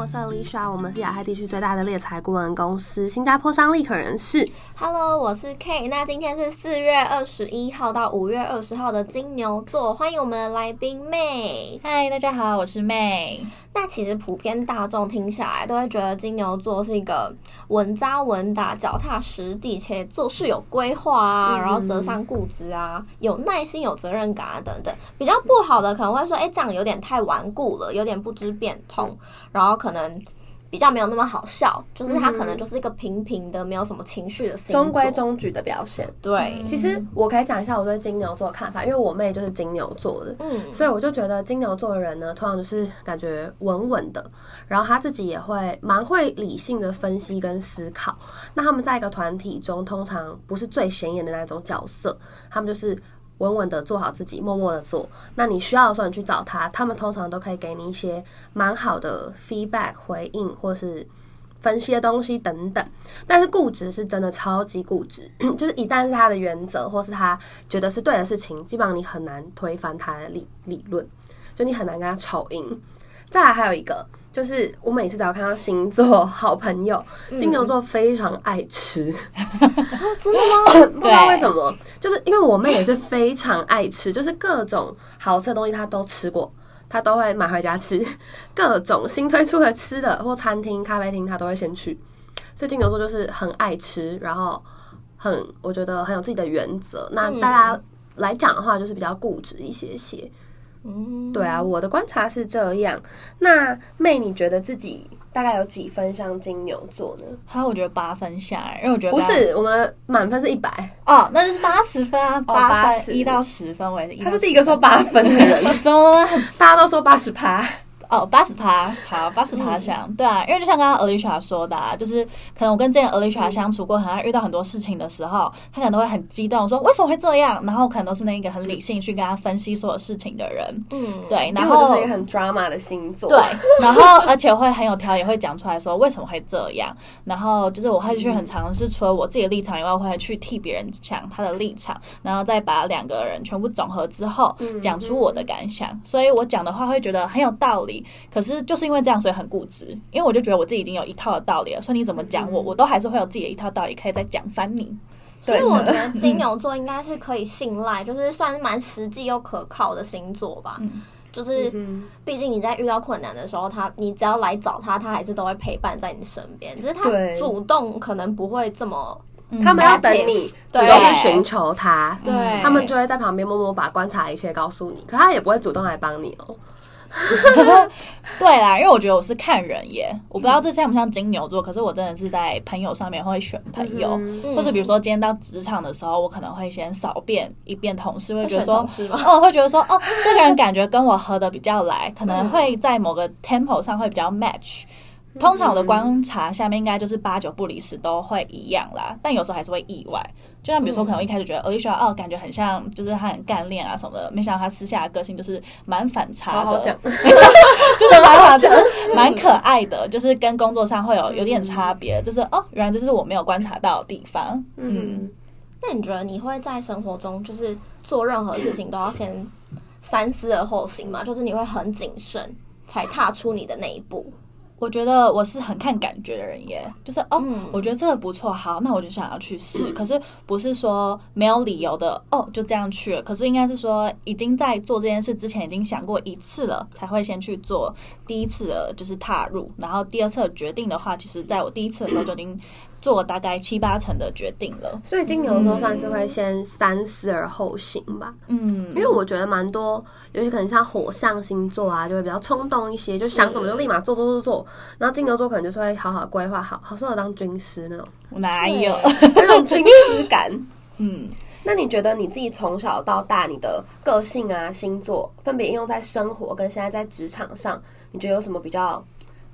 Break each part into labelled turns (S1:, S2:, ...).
S1: 我是 Lisa，我们是亚太地区最大的猎财顾问公司——新加坡商立可人士。
S2: Hello，我是 K。那今天是四月二十一号到五月二十号的金牛座，欢迎我们的来宾妹。
S3: 嗨，大家好，我是 May。
S2: 那其实普遍大众听下来都会觉得金牛座是一个稳扎稳打、脚踏实地且做事有规划啊，
S1: 嗯
S2: 然后择善固执啊，有耐心、有责任感啊等等。比较不好的可能会说，哎、这样有点太顽固了，有点不知变通，
S1: 嗯
S2: 然后可能。比较没有那么好笑，就是他可能就是一个平平的，没有什么情绪的星座
S1: 嗯中规中矩的表现。
S2: 对，
S1: 其实我可以讲一下我对金牛座的看法，因为我妹就是金牛座的，
S2: 嗯，
S1: 所以我就觉得金牛座的人呢，通常就是感觉稳稳的，然后他自己也会蛮会理性的分析跟思考。那他们在一个团体中，通常不是最显眼的那种角色，他们就是稳稳的做好自己，默默的做。那你需要的时候，你去找他，他们通常都可以给你一些蛮好的 feedback 回应，或是。分析的东西等等，但是固执是真的超级固执， 就是一旦是他的原则或是他觉得是对的事情，基本上你很难推翻他的理理论，就你很难跟他吵赢。再来还有一个，就是我每次只要看到星座好朋友，金牛座非常爱吃，
S2: 啊真的吗？
S1: 不知道为什么，就是因为我妹也是非常爱吃，就是各种好吃的东西她都吃过，她都会买回家吃， 各种新推出的吃的或餐厅、咖啡厅她都会先去。所以金牛座就是很爱吃，然后很我觉得很有自己的原则。那大家来讲的话，就是比较固执一些些。
S2: 嗯，
S1: 对啊，我的观察是这样。那妹，你觉得自己大概有几分像金牛座呢？
S3: 还有我觉得八分下来，因为我觉得
S1: 不
S3: 八
S1: 是，我们的满分是一百，
S3: 哦，那就是八十分啊，八
S1: 80
S3: 分一到十分，我也是一。
S1: 他是第一个说，八分的人。
S3: 怎么了？
S1: 大家都说八十趴，
S3: 哦，八十趴，好，八十趴像，
S1: 嗯
S3: 对啊，因为就像刚刚 Alicia 说的、啊，就是可能我跟之前 Alicia 相处过，可能她遇到很多事情的时候，她可能都会很激动，说为什么会这样，然后可能都是那个很理性去跟她分析所有事情的人，
S2: 嗯，
S3: 对，然
S1: 因为我
S3: 后
S1: 就是一个很 drama 的星座。
S3: 对， 然后而且会很有条理，会讲出来说为什么会这样。然后就是我会去很尝试，除了我自己的立场以外，我会去替别人讲他的立场，然后再把两个人全部总和之后，讲出我的感想。所以我讲的话会觉得很有道理，可是就是因为这样，所以很固执，因为我就觉得我自己已经有一套的道理了，所以你怎么讲我，我都还是会有自己的一套道理，可以再讲翻你。
S2: 所以我觉
S1: 对
S2: 得金牛座应该是可以信赖，就是算是蛮实际又可靠的星座吧。
S1: 嗯
S2: 就是，毕竟你在遇到困难的时候，他你只要来找他，他还是都会陪伴在你身边。只是他
S1: 对
S2: 主动可能不会这么
S1: 他们要等你主
S2: 对
S1: 动去寻求他，
S2: 对
S1: 他们就会在旁边默默把观察一切告诉你，可他也不会主动来帮你哦。
S3: 对啦，因为我觉得我是看人耶，我不知道这像不像金牛座，可是我真的是在朋友上面会选朋友，
S1: 嗯
S3: 或者比如说今天到职场的时候，我可能会先扫遍一遍同事，会觉得
S2: 选
S3: 说
S2: 同事，吗
S3: 哦，会觉得说，哦，这个人感觉跟我合的比较来，可
S1: 嗯
S3: 能会在某个 tempo 上会比较 match。通常我的观察下面应该就是八九不离十都会一样啦，但有时候还是会意外。就像比如
S1: 嗯
S3: 说，可能我一开始觉得 Alicia 哦，感觉很像，就是她很干练啊什么的，没想到她私下的个性就是蛮反差的。
S1: 好好讲，
S3: 就是蛮好，就是蛮可爱的，就是跟工作上会有有点差别，就是哦，原来这是我没有观察到的地方。
S1: 嗯
S3: 嗯，
S2: 那你觉得你会在生活中就是做任何事情都要先三思而后行吗？就是你会很谨慎才踏出你的那一步。
S3: 我觉得我是很看感觉的人耶，就是哦，
S2: 嗯
S3: 我觉得这个不错，好，那我就想要去试。可是不是说没有理由的哦，就这样去了。可是应该是说已经在做这件事之前已经想过一次了，才会先去做第一次的，就是踏入。然后第二次的决定的话，其实在我第一次的时候就已经做了大概七八成的决定了。
S1: 所以金牛座算是会先三思而后行吧，
S3: 嗯，
S1: 因为我觉得蛮多，尤其可能像火象星座啊，就会比较冲动一些，就想什么就立马做做做做。然后金牛座可能就是会好好规划好，好适合当军师那种，
S3: 我哪有？
S1: 那种军师感。
S3: 嗯，
S1: 那你觉得你自己从小到大，你的个性啊、星座分别应用在生活跟现在在职场上，你觉得有什么比较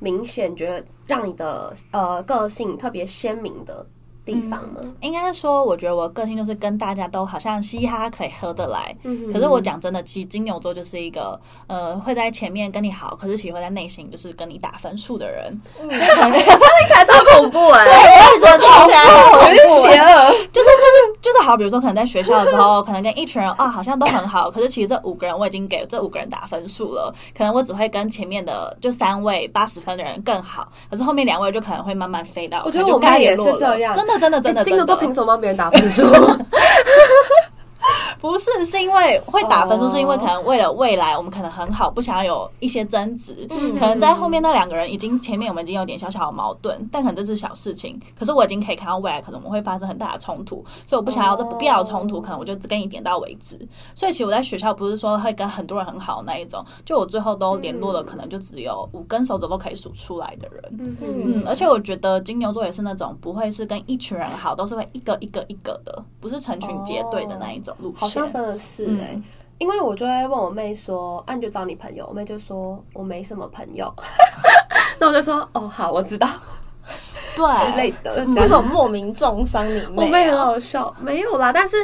S1: 明显？觉得让你的呃个性特别鲜明的地方吗？
S3: 应该是说，我觉得我个性就是跟大家都好像嘻哈可以合得来。
S1: 嗯
S3: 可是 我讲真的，其实金牛座就是一个呃会在前面跟你好，可是其实会在内心就是跟你打分数的人。
S1: 听起来超恐怖哎、
S2: 我也觉得听起来很恐怖
S1: 有点邪恶。
S3: 就是就是就是好，比如说可能在学校的时候，可能跟一群人啊、好像都很好，可是其实这五个人我已经给这五个人打分数了，可能我只会跟前面的就三位八十分的人更好，可是后面两位就可能会慢慢飞到，
S1: 我觉得
S3: 可能就
S1: 我妈也
S3: 该落了
S1: 是这样哎
S3: 真的真的真的
S1: 金牛
S3: 真
S1: 座
S3: 的
S1: 凭什么帮别人打分数？
S3: 不是是因为会打分数，
S1: 哦
S3: 是因为可能为了未来我们可能很好，不想要有一些争执，可能在后面那两个人已经前面我们已经有点小小的矛盾，但可能这是小事情，可是我已经可以看到未来可能我们会发生很大的冲突，所以我不想要这不必要的冲突，
S2: 哦
S3: 可能我就只跟你点到为止。所以其实我在学校不是说会跟很多人很好那一种，就我最后都联络的可能就只有五根手指头可以数出来的人。
S1: 嗯
S3: 嗯，而且我觉得金牛座也是那种不会是跟一群人好，都是会一个一个一个的，不是成群结队的那一种路 线。
S1: 哦好像真的是哎、
S3: 嗯
S1: 因为我就会问我妹说，啊，你就找你朋友。我妹就说我没什么朋 友，那我就说哦，好，我知道
S3: 对
S1: 之类的。这
S2: 为
S1: 样
S2: 什么莫名重伤你妹、啊？
S1: 我妹很好笑，哦没有啦。但是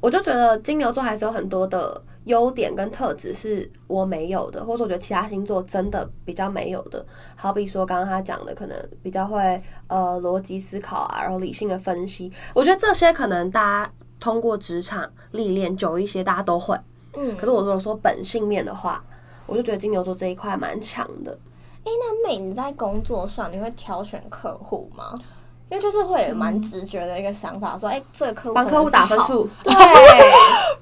S1: 我就觉得金牛座还是有很多的优点跟特质是我没有的，或者我觉得其他星座真的比较没有的。好比说刚刚他讲的，可能比较会呃逻辑思考啊，然后理性的分析。我觉得这些可能大家通过职场历练久一些，大家都会。
S2: 嗯，
S1: 可是我如果说本性面的话，我就觉得金牛座这一块蛮强的。
S2: 哎、那妹，你在工作上你会挑选客户吗？因为就是会有蛮直觉的一个想法，说，哎、这个客户
S1: 嗯帮客户打分数，
S2: 可能是好，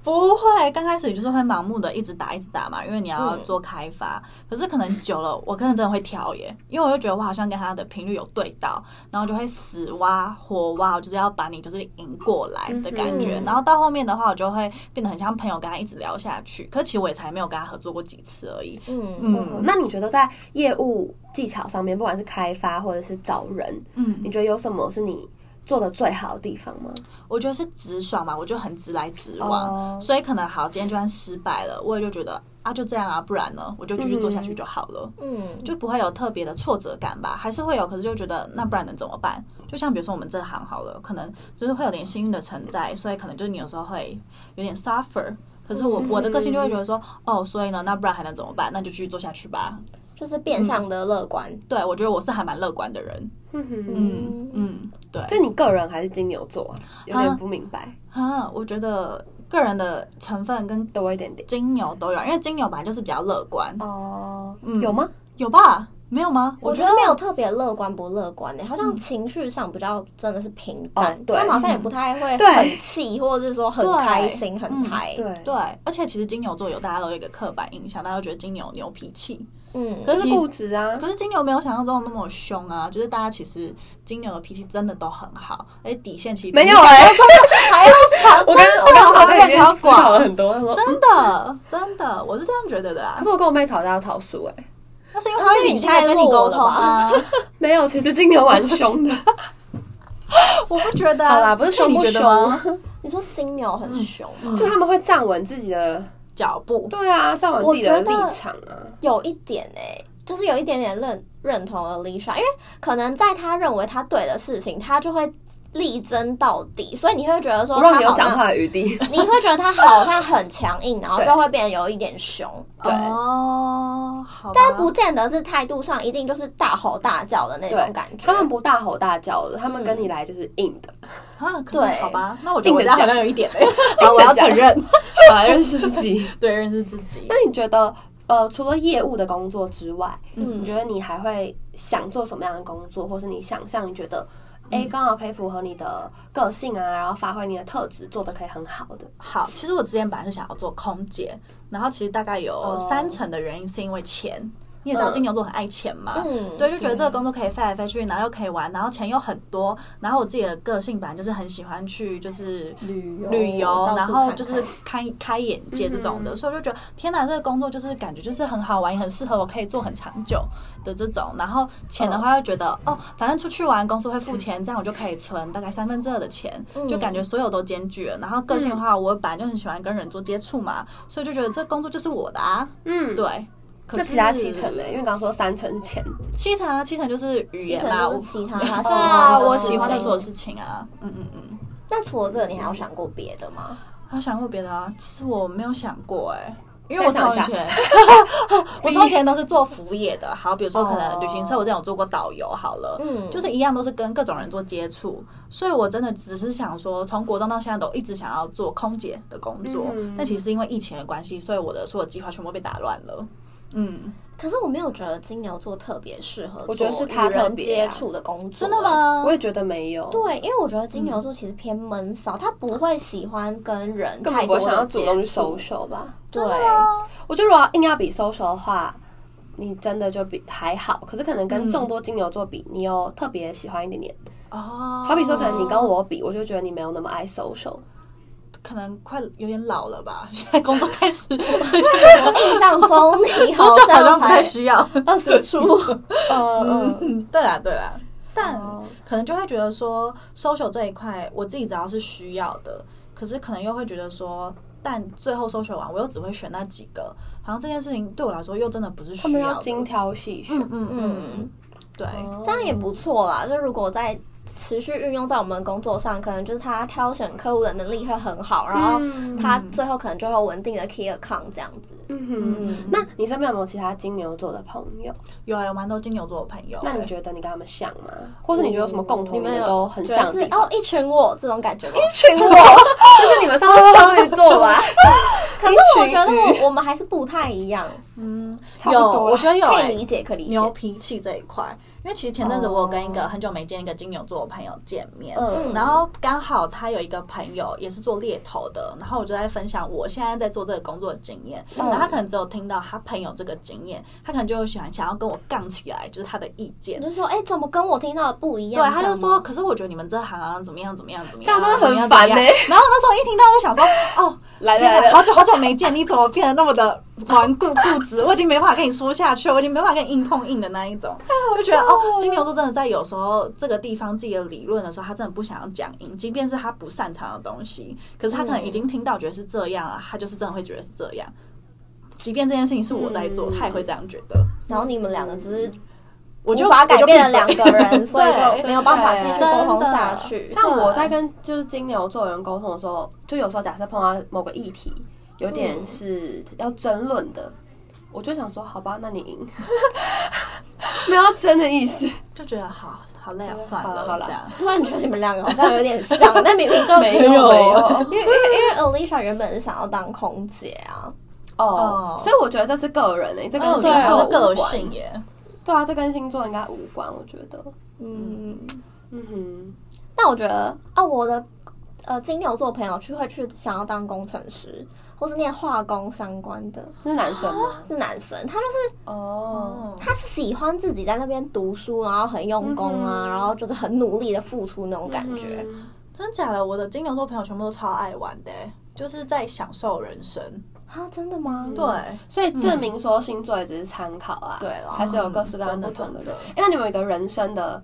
S3: 不会，刚开始你就是会盲目的一直打一直打嘛，因为你要做开发。
S1: 嗯
S3: 可是可能久了，我可能真的会挑耶，因为我就觉得我好像跟他的频率有对到，然后就会死挖活挖，我就是要把你就是赢过来的感觉。
S1: 嗯哼
S3: 然后到后面的话，我就会变得很像朋友，跟他一直聊下去。可是其实我也才没有跟他合作过几次而已。
S2: 对，嗯，
S1: 嗯
S3: 嗯，
S1: 那你觉得在业务技巧上面，不管是开发或者是找人，
S3: 嗯
S1: 你觉得有什么是你做的最好的地方吗？
S3: 我觉得是直爽嘛，我就很直来直往
S1: 哦
S3: 所以可能好，今天就算失败了，我也就觉得啊就这样啊，不然呢，我就继续做下去就好了。
S2: 嗯，
S3: 就不会有特别的挫折感吧，还是会有，可是就觉得那不然能怎么办？就像比如说我们这行好了，可能就是会有点幸运的存在，所以可能就是你有时候会有点 suffer。可
S1: 嗯
S3: 是我我的个性就会觉得说，哦，所以呢，那不然还能怎么办？那就继续做下去吧。
S2: 就是变相的乐观，
S3: 对，我觉得我是还蛮乐观的人。
S1: 嗯，
S3: 嗯嗯，对。
S1: 就你个人还是金牛座啊？有点不明白，
S3: 啊，我觉得个人的成分跟
S1: 多一点点。
S3: 金牛都有，因为金牛本来就是比较乐观，
S1: 哦，
S3: 嗯
S1: 有吗？
S3: 有吧？没有吗？
S2: 我
S3: 觉
S2: 觉
S3: 得
S2: 得没
S1: 哦
S2: 有特别乐观不乐观的、欸好像情绪上比较真的是平
S1: 嗯
S2: 淡，
S1: 哦对
S2: 他们好像也不太会
S1: 对
S2: 很气，或者是说很
S3: 对
S2: 开心、很
S3: 嗯
S2: 嗨，
S1: 对，
S3: 对，而且其实金牛座有大家都有一个刻板印象，大家都觉得金牛牛脾气，
S2: 嗯，
S3: 可
S1: 就是是固执啊
S3: 可。是金牛没有想象中的那么凶啊，就是大家其实金牛的脾气真的都很好，而且底线其实
S1: 没有
S3: 哎、
S1: 哎
S3: 还要长，
S1: 我跟我刚
S3: 好
S1: 好在里
S3: 好
S1: 面思考了很多，他说
S3: 真的真的，我是这样觉得的啊
S1: 可。是我跟我妹吵架要吵输哎，
S3: 那是因为他会理性的跟你沟通啊，
S1: 没有，其实金牛蛮凶的。
S3: 我不觉得、啊。
S1: 好啦，不是凶
S3: 那
S1: 不
S3: 你觉
S1: 凶
S3: 得吗？，
S2: 你说金牛
S1: 嗯
S2: 很凶吗？
S1: 就他们会站稳自己的，
S3: 脚步
S1: 对啊，站稳自己的
S2: 我觉
S1: 立
S2: 得
S1: 场啊。
S2: 有一点哎、就是有一点点认认同 Alicia，因为可能在他认为他对的事情，他就会力争到底，所以你会觉得说
S1: 我
S2: 他
S1: 让你有
S2: 好
S1: 讲
S2: 像，
S1: 话的余地。
S2: 你会觉得他好像很强硬，然后
S1: 对
S2: 就会变得有一点凶。
S1: 对
S3: 哦，好吧，
S2: 但不见得是态度上一定就是大吼大叫的那种感觉。
S1: 他们不大吼大叫的，他们
S3: 嗯
S1: 跟你来就是硬的，
S3: 啊，可是
S2: 对
S3: 好吧，那我觉得我
S1: 硬
S3: 这
S1: 的
S3: 样好像有一点哎、 好，我要承认，
S1: 来认识自己。
S3: 对，认识自己
S1: 那。你觉得，呃，除了业务的工作之外，
S2: 嗯
S1: 你觉得你还会想做什么样的工作，或是你想象你觉得，哎、
S2: 嗯
S1: 刚好可以符合你的个性啊，然后发挥你的特质，做的可以很好的？
S3: 好，其实我之前本来是想要做空姐，然后其实大概有
S1: 哦
S3: 三成的原因是因为钱。你也知道
S1: 嗯
S3: 金牛座很爱钱嘛，
S2: 嗯
S3: 对，就觉得这个工作可以飞来飞去，然后又可以玩，然后钱又很多，然后我自己的个性本来就是很喜欢去就是
S1: 旅游
S3: 旅游，
S2: 哦到处
S3: 然后
S2: 看嗯
S3: 就是开开眼界这种的，所以我就觉得天哪，这个工作就是感觉就是很好玩，也很适合我，可以做很长久的这种。然后钱的
S2: 嗯
S3: 话，又觉得、哦，反正出去玩公司会付钱，这样我就可以存大概三分之二的钱，就感
S2: 嗯
S3: 觉所有都兼具了。然后个性的话，我本来就很喜欢跟人做接触嘛，所以就觉得这工作就是我的啊，
S1: 嗯，
S3: 对。可
S1: 这
S3: 是
S1: 其他七成呢、嗯因为刚刚说三成是钱，
S2: 嗯
S3: 七成啊，七成就是语
S2: 七
S3: 言
S2: 成
S3: 啦。
S2: 就是其他他
S3: 对
S2: 喜欢
S3: 啊，
S2: 的
S3: 我
S2: 事
S3: 喜欢的
S2: 情
S3: 所有事情啊，嗯嗯嗯。
S2: 那除了这个，你还有想过别的吗？
S3: 我想过别的啊，其实我没有想过哎、因为我
S1: 现在
S3: 从
S1: 想一下
S3: 前， 我从前都是做服务业的，好，比如说可能旅行
S1: 哦
S3: 社，我之前有做过导游，好了，
S2: 嗯
S3: 就是一样都是跟各种人做接触，所以我真的只是想说，从国中到现在都一直想要做空姐的工作，
S1: 嗯
S3: 但其实是因为疫情的关系，所以我的所有计划全部被打乱了，嗯，
S2: 可是我没有觉得金牛座特别适合，
S1: 我觉得是他特别啊
S2: 接触的工作，
S3: 真的？吗
S1: 我？也觉得没有，
S2: 对，啊因为我觉得金牛座其实偏闷骚，他不会喜欢跟人
S1: 嗯根
S2: 太
S1: 本不
S2: 多
S1: 会
S2: 的
S1: 想要主动去
S2: 接触
S1: social 吧。
S2: 对，
S1: 我觉得如果要硬要比 social 的话，你真的就比还好，可是可能跟
S2: 嗯
S1: 众多金牛座比，你又特别喜欢一点点。
S3: 哦，
S1: 好比说，可能你跟我比，我就觉得你没有那么爱 social。
S3: 可能快有点老了吧，现在工作 开始，所以就
S2: 印象中你好
S3: 好像
S2: 像
S3: 不太
S2: 才
S3: 需要。
S2: 二十出，
S1: 嗯嗯，
S3: 嗯，对啦，对啦，但
S1: 哦
S3: 可能就会觉得说，social 这一块，我自己只要是需要的，可是可能又会觉得说，但最后 social 完，我又只会选那几个，好像这件事情对我来说又真的不是
S1: 他
S3: 需
S1: 们
S3: 要
S1: 要
S3: 的。
S1: 精挑细选。
S3: 嗯嗯嗯
S2: 嗯，，
S3: 对，
S1: 哦
S2: 这样也不错啦。就如果在持续运用在我们工作上，可能就是他挑选客户的能力会很好，然后他最后可能就会有稳定的 key account 这样子。
S1: 嗯哼，那你身边有没有其他金牛座的朋友？
S3: 有啊，有蛮多金牛座的朋友欸。
S1: 那你觉得你跟他们像吗？或是你觉得有什么共同
S2: 你们
S1: 点
S2: 有
S1: 都很
S2: 觉
S1: 像
S2: 得
S1: 的
S2: 是
S1: 地
S2: 哦
S1: 方？
S2: 一群我这种感觉吗？
S1: 群我， 就是你们上次双鱼座吧？
S2: 可是
S1: 一
S2: 我
S1: 群
S2: 觉得
S1: 鱼
S2: 我我们还是不太一样，
S3: 嗯，
S1: 差不
S3: 有，
S1: 多啦
S3: 我觉得有
S2: 可
S3: 欸
S2: 以理解，可以理
S3: 牛
S2: 解。
S3: 脾气这一块，因为其实前阵子我有跟一个很久没见一个金牛座的朋友见面，
S1: 嗯
S3: 然后刚好他有一个朋友也是做猎头的，然后我就在分享我现在在做这个工作的经验，
S1: 嗯
S3: 然后他可能只有听到他朋友这个经验，他可能就会想想要跟我杠起来，就是他的意见
S2: 你。
S1: 嗯
S2: 就说，哎、怎么跟我听到的不一样？
S3: 对，他就
S2: 这样吗
S3: 说，可是我觉得你们这行啊，怎么样怎么样怎么样，
S1: 这样真的很
S3: 怎么样怎么样
S1: 烦欸
S3: 然后那时候一听到就想说，哦，
S1: 来
S3: 天
S1: 来
S3: 哪，
S1: 来，
S3: 好久好久没见，你怎么变得那么的顽固固执？我已经没办法跟你说下去了，我已经没办法跟你硬碰硬的那一种，就觉得哦，金牛座真的在有时候这个地方自己的理论的时候，他真的不想要讲赢，即便是他不擅长的东西，可是他可能已经听到觉得是这样了，他就是真的会觉得是这样。即便这件事情是我在做，他也会这样觉得。
S2: 然后你们两个只是
S3: 嗯我就
S2: 无法改变了
S3: 我就闭
S2: 两
S3: 嘴
S2: 个人，所以
S3: 对
S2: 就没有办法继续沟通下去。
S1: 像我在跟就是金牛座人沟通的时候，就有时候假设碰到某个议题，有点是要争论的，我就想说，好吧，那你赢， 没有要争的意思，
S3: 就觉得好好累啊，算
S1: 好
S3: 了，
S1: 了好了
S3: 这样。
S2: 突然觉得你们两个好像有点 像，但明明就
S1: 没有没有
S2: 因为因为因为 Alicia 原本是想要当空姐啊，
S1: 哦
S3: 哦，
S1: 所以我觉得这是个人诶、欸这跟
S3: 但我
S1: 星
S3: 觉得他
S1: 座
S3: 的
S1: 啊无
S3: 个
S1: 关
S3: 性耶，
S1: 对啊，这跟星座应该无关，我觉得。
S2: 嗯，
S1: 嗯哼，
S2: 但我觉得啊，我的呃金牛座朋友去会去想要当工程师，或是念化工相关的，
S1: 那是男生吗？
S2: 是男生，他就是
S3: 嗯
S1: 哦，
S2: 他是喜欢自己在那边读书，然后很用功啊，
S1: 嗯
S2: 然后就是很努力的付出那种感觉。
S1: 嗯
S3: 真假的，我的金牛座朋友全部都超爱玩的、欸就是在享受人生。
S2: 啊，真的吗？
S3: 对，
S1: 所以证明说星座也只是参考啊，
S2: 对啦
S1: 还是有各式各样不同的
S3: 真
S1: 人。
S3: 的
S1: 哎、那你们有一个人生的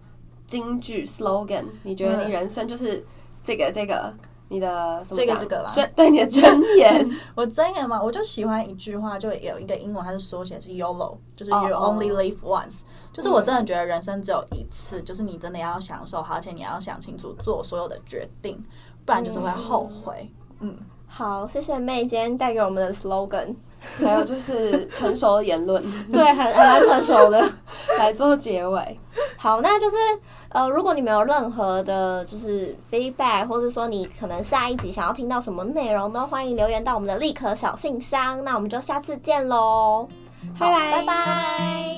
S1: 金句 slogan？你觉得你人生就是这个这个你的什么
S3: 这个
S1: 讲
S3: 这个啦
S1: 真 对你的箴言
S3: 我真言嘛，我就喜欢一句话，就有一个英文，它是缩写是 YOLO，就是
S1: 哦
S3: You
S1: 哦嗯
S3: Only Live Once，就是我真的觉得人生只有一次，就是你真的要享受好，而且你要想清楚做所有的决定，不然就是会后悔。嗯，
S2: 好，谢谢妹今天带给我们的 slogan，
S1: 还有就是成熟的言论
S2: 对，很很成熟的。
S1: 来做结尾。
S2: 好，那就是呃，如果你们有任何的，就是 feedback，或者说你可能下一集想要听到什么内容呢，欢迎留言到我们的立可小信箱。那我们就下次见喽，
S1: 拜
S2: 好
S1: 拜
S2: 拜拜